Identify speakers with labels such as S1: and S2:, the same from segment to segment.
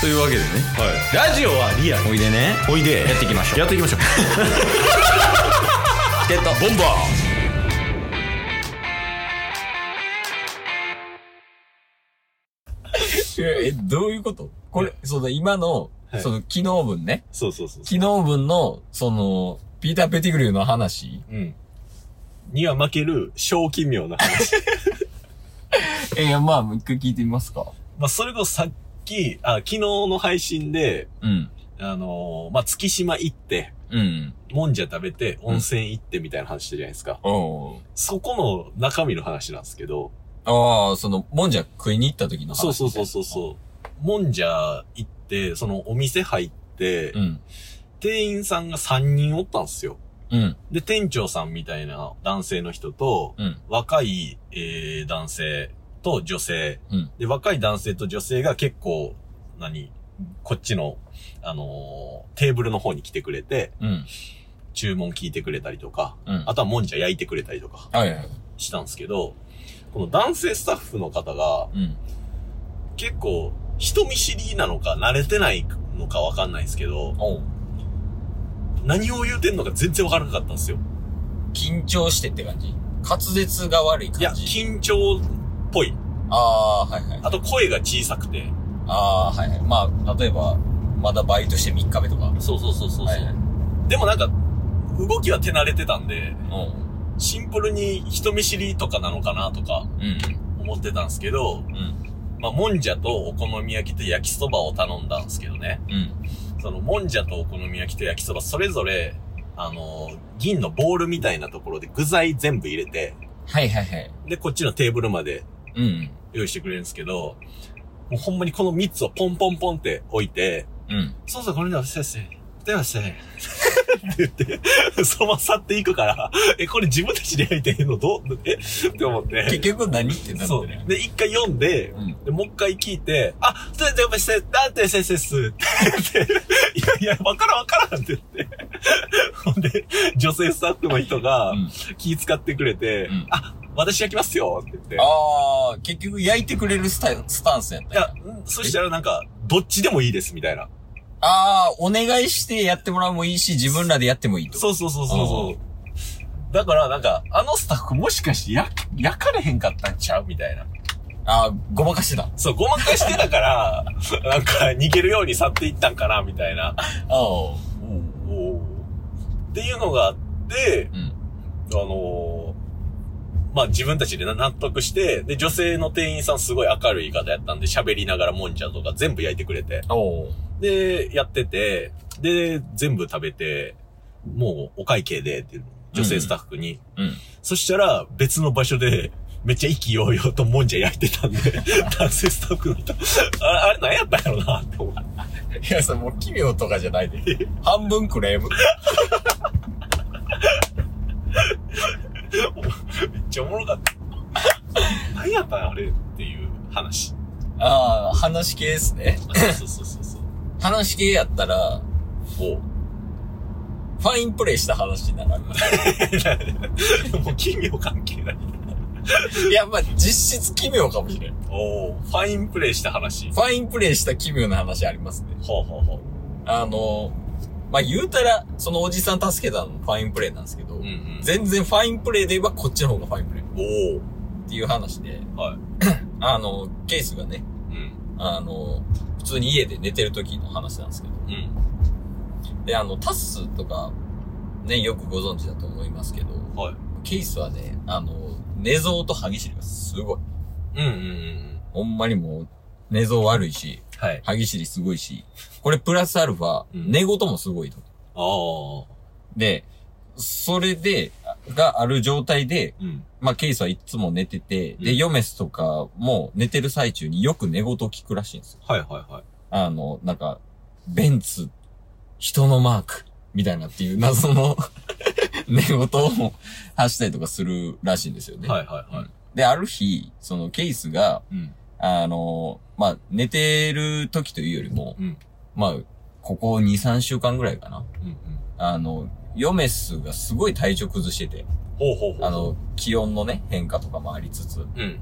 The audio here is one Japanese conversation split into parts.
S1: というわけでね
S2: ラジオはリアル
S1: おいでね
S2: おいで
S1: やっていきましょう
S2: やっていきましょう
S1: チケットボンバー
S3: え、どういうことこれ、その今の、
S2: はい
S3: その昨日分ね。
S2: そうそうそうそ
S3: 昨日分の、その、ピーター・ペティグリューの話。
S2: ううんには負ける小奇妙な 話
S3: え、いやまあ、もう一回聞いてみますか。
S2: まあそれこそさっきあ昨日の配信で
S3: うん。
S2: あのーまあ月島行って
S3: うん。
S2: もんじゃ食べて温泉行ってみたいな話したじゃないですか、
S3: お
S2: そこの中身の話なんですけど
S3: ああ、その、もんじゃ食いに行った時の話。
S2: そうそうそうそうそうもんじゃ行ってそのお店入って、
S3: うん。
S2: 店員さんが3人おったんですよ
S3: うん。
S2: で店長さんみたいな男性の人と、
S3: うん。
S2: 若い、えー男性と女性、
S3: うん
S2: で、若い男性と女性が結構、何こっちの、あのーテーブルの方に来てくれて、
S3: うん。
S2: 注文聞いてくれたりとか、
S3: うん。
S2: あとはもんじゃ焼いてくれたりとか
S3: はいはい。
S2: したんですけど、この男性スタッフの方が
S3: うん。
S2: 結構人見知りなのか慣れてないのかわかんないですけど、
S3: おう
S2: 何を言うてんのか全然わからなかったんですよ。
S3: 緊張してって感じ滑舌が悪い
S2: いや、
S3: 感じ
S2: 緊張っぽい。
S3: ああ、はいはい。
S2: あと声が小さくて。
S3: ああ、はいはい。まあ、例えば、まだバイトして3日目とか。
S2: そうそうそうそうそう。
S3: はいはい。
S2: でもなんか、動きは手慣れてたんで、
S3: おう
S2: シンプルに人見知りとかなのかなとか
S3: うん。
S2: 思ってたんですけど、
S3: うん。
S2: まあ、もんじゃとお好み焼きと焼きそばを頼んだんですけどね。
S3: うん。
S2: その、もんじゃとお好み焼きと焼きそば、それぞれ、あのー銀のボールみたいなところで具材全部入れて、
S3: はいはいはい。
S2: で、こっちのテーブルまで
S3: うん。
S2: 用意してくれるんですけど、もうほんまにこの3つをポンポンポンって置いて、
S3: うん。
S2: そうそう、これでは先生。では先生。って言って、そのまま去っていくから、え、これ自分たちで焼いてるのどうえって思って。
S3: 結局何ってなって
S2: そう。
S3: ね。
S2: で、一回読んで、
S3: うん。
S2: でもう一回聞いて、あ、それでやっぱ先生、なんて先生っす。って言って、いやいや、わからんわからんって言って。ほんで、女性スタッフの人が
S3: うん
S2: 気遣ってくれて、
S3: うん
S2: あ、私焼きますよって言って。
S3: ああ、結局焼いてくれるスタイスタンスやっ
S2: い
S3: たんや
S2: や、うんそしたらなんか、どっちでもいいです、みたいな。
S3: ああ、お願いしてやってもらうもいいし、自分らでやってもいいと。
S2: そうそうそうそうそう。だから、なんか、あのスタッフもしかして焼け、焼かれへんかったんちゃうみたいな。
S3: ああ、ごまかしてた。
S2: そう、ごまかしてたから、 なんか、逃げるように去っていったんかな、みたい
S3: あ
S2: な。
S3: あ。
S2: おーっていうのがあって、
S3: うん。
S2: あのーまあ、自分たちで納得して、で、女性の店員さんすごい明るい方やったんで、喋りながらもんじゃとか全部焼いてくれて。
S3: おう
S2: で、やってて、で、全部食べて、もうお会計で、っていう女性スタッフに。
S3: うん。
S2: そしたら、別の場所で、 めっちゃ意気揚々ともんじゃ焼いてたんで、 男性スタッフの人、あれ、あれ何やったんやろなって思って。
S3: いや、それもう奇妙とかじゃないで。半分クレーム。
S2: めっちゃおもろかった。何やったんやあれっていう話。
S3: ああ、話系ですね。
S2: そうそうそうそう。
S3: 話系やったら、
S2: おう
S3: ファインプレイした話にならん。
S2: もう奇妙関係ない。
S3: いや、まあ、実質奇妙かもしれん。フ
S2: おうファインプレイした話。
S3: ァインプレイした奇妙な話ありますね。
S2: ほうほうほ
S3: あの、まあ、言うたら、そのおじさん助けたのもファインプレイなんですけど、
S2: う。ん
S3: 全然ファインプレイで言えばこっちの方がファインプレイっ
S2: うん。おう
S3: ていう話で、
S2: はい。
S3: あの、ケースがね、
S2: うん。
S3: あの、普通に家で寝てる時の話なんですけど、
S2: うん。
S3: で、あの、タッスとか、ね、よくご存知だと思いますけど、
S2: はい。
S3: ケースはね、あの、寝相と歯ぎしりがすごい。
S2: うんうんうん。
S3: ほんまにもう、寝相悪いし、
S2: はい。
S3: 歯ぎしりすごいし、これプラスアルファ、
S2: うん
S3: 寝言もすごいと。
S2: ああ。
S3: で、それで、がある状態で、
S2: うん。
S3: まあ、ケイスはいつも寝てて、
S2: う
S3: で、
S2: ん
S3: ヨメスとかも寝てる最中によく寝言を聞くらしいんですよ。
S2: はいはいはい。
S3: あの、なんか、ベンツ、人のマーク、みたいなっていう謎の 寝言を発したりとかするらしいんですよね。
S2: はいはいはい。
S3: で、ある日、そのケイスが、
S2: うん。
S3: あの、まあ、寝てる時というよりも、
S2: うん。
S3: まあ、ここ2、3週間ぐらいかな。
S2: うんうん。
S3: あの、ヨメスがすごい体調崩してて、
S2: ほうほうほう。
S3: あの、気温のね、変化とかもありつつ、
S2: うん。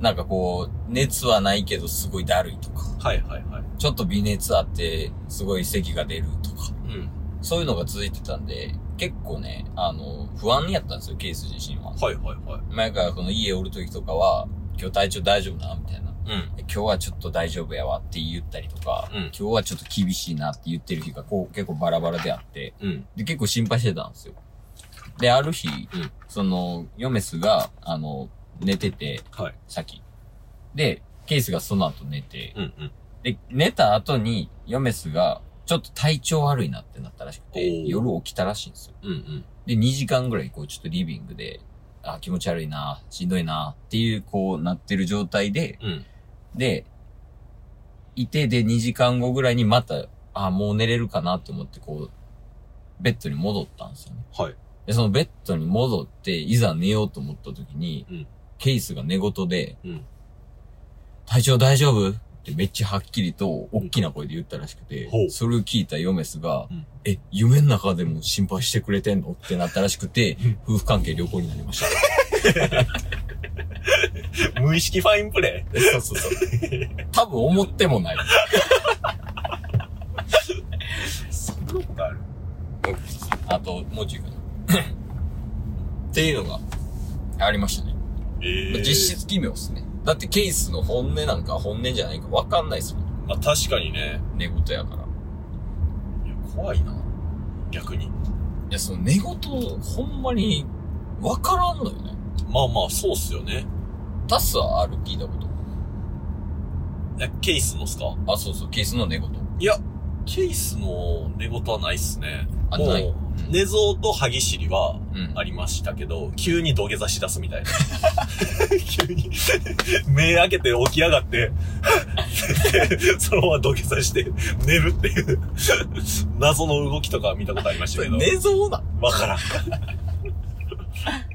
S3: なんかこう、熱はないけどすごいだるいとか、
S2: はいはいはい。
S3: ちょっと微熱あってすごい咳が出るとか、
S2: うん。
S3: そういうのが続いてたんで、結構ね、あの、不安にやったんですよ、ケース自身は。
S2: はいはいは
S3: 前からこの家おる時とかは、今日体調大丈夫なみたいな。
S2: い。うん。
S3: 今日はちょっと大丈夫やわって言ったりとか、
S2: うん
S3: 今日はちょっと厳しいなって言ってる日がこう結構バラバラであって、
S2: うん。
S3: で、結構心配してたんですよ。で、ある日、
S2: うん
S3: その、ヨメスが、あの、寝てて、
S2: はい。
S3: さっき。で、ケイスがその後寝て、
S2: うんうん。
S3: で、寝た後に、ヨメスが、ちょっと体調悪いなってなったらしく
S2: おー
S3: て、夜起きたらしいんですよ。
S2: うんうん。
S3: で、2時間ぐらい、こう、ちょっとリビングで、あ、気持ち悪いな、しんどいな、っていう、こう、なってる状態で、
S2: うん。
S3: で、いて、で、2時間後ぐらいにまた、あ、もう寝れるかなって思って、こう、ベッドに戻ったんですよね。
S2: はい。
S3: で、そのベッドに戻って、いざ寝ようと思った時に、
S2: うん
S3: ケイスが寝言で、
S2: うん
S3: 体調大丈夫ってめっちゃはっきりと、大きな声で言ったらしくて、
S2: ほう
S3: それを聞いたヨメスが、
S2: うん
S3: え、夢の中でも心配してくれてんのってなったらしくて、夫婦関係良好になりました。
S2: 無意識ファインプレ
S3: そうそうそう。多分思ってもない。
S2: イ そんなことある
S3: あと、もうちょいかな。っていうのが、ありましたね。
S2: ええ
S3: 実質奇妙ですね。だってケイスの本音なんか本音じゃないか分かんないですもん。
S2: まあ確かにね。
S3: 寝言やから。
S2: いや、怖いな。逆に。
S3: いや、その寝言、ほんまに、わからんのよね。
S2: まあまあ、そうっすよね。
S3: タスはある聞いたこと。
S2: え、ケイスのっすか
S3: あ、そうそう、ケースの寝言。
S2: いや、ケイスの寝言はないっすね。
S3: あ、
S2: もう
S3: ない。
S2: 寝相と歯ぎしりは
S3: うん。
S2: ありましたけど、急に土下座し出すみたいな。急に、目開けて起き上がって、 そのまま土下座して寝るっていう、謎の動きとか見たことありましたけど。
S3: 寝相だ。
S2: わからん。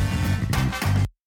S4: す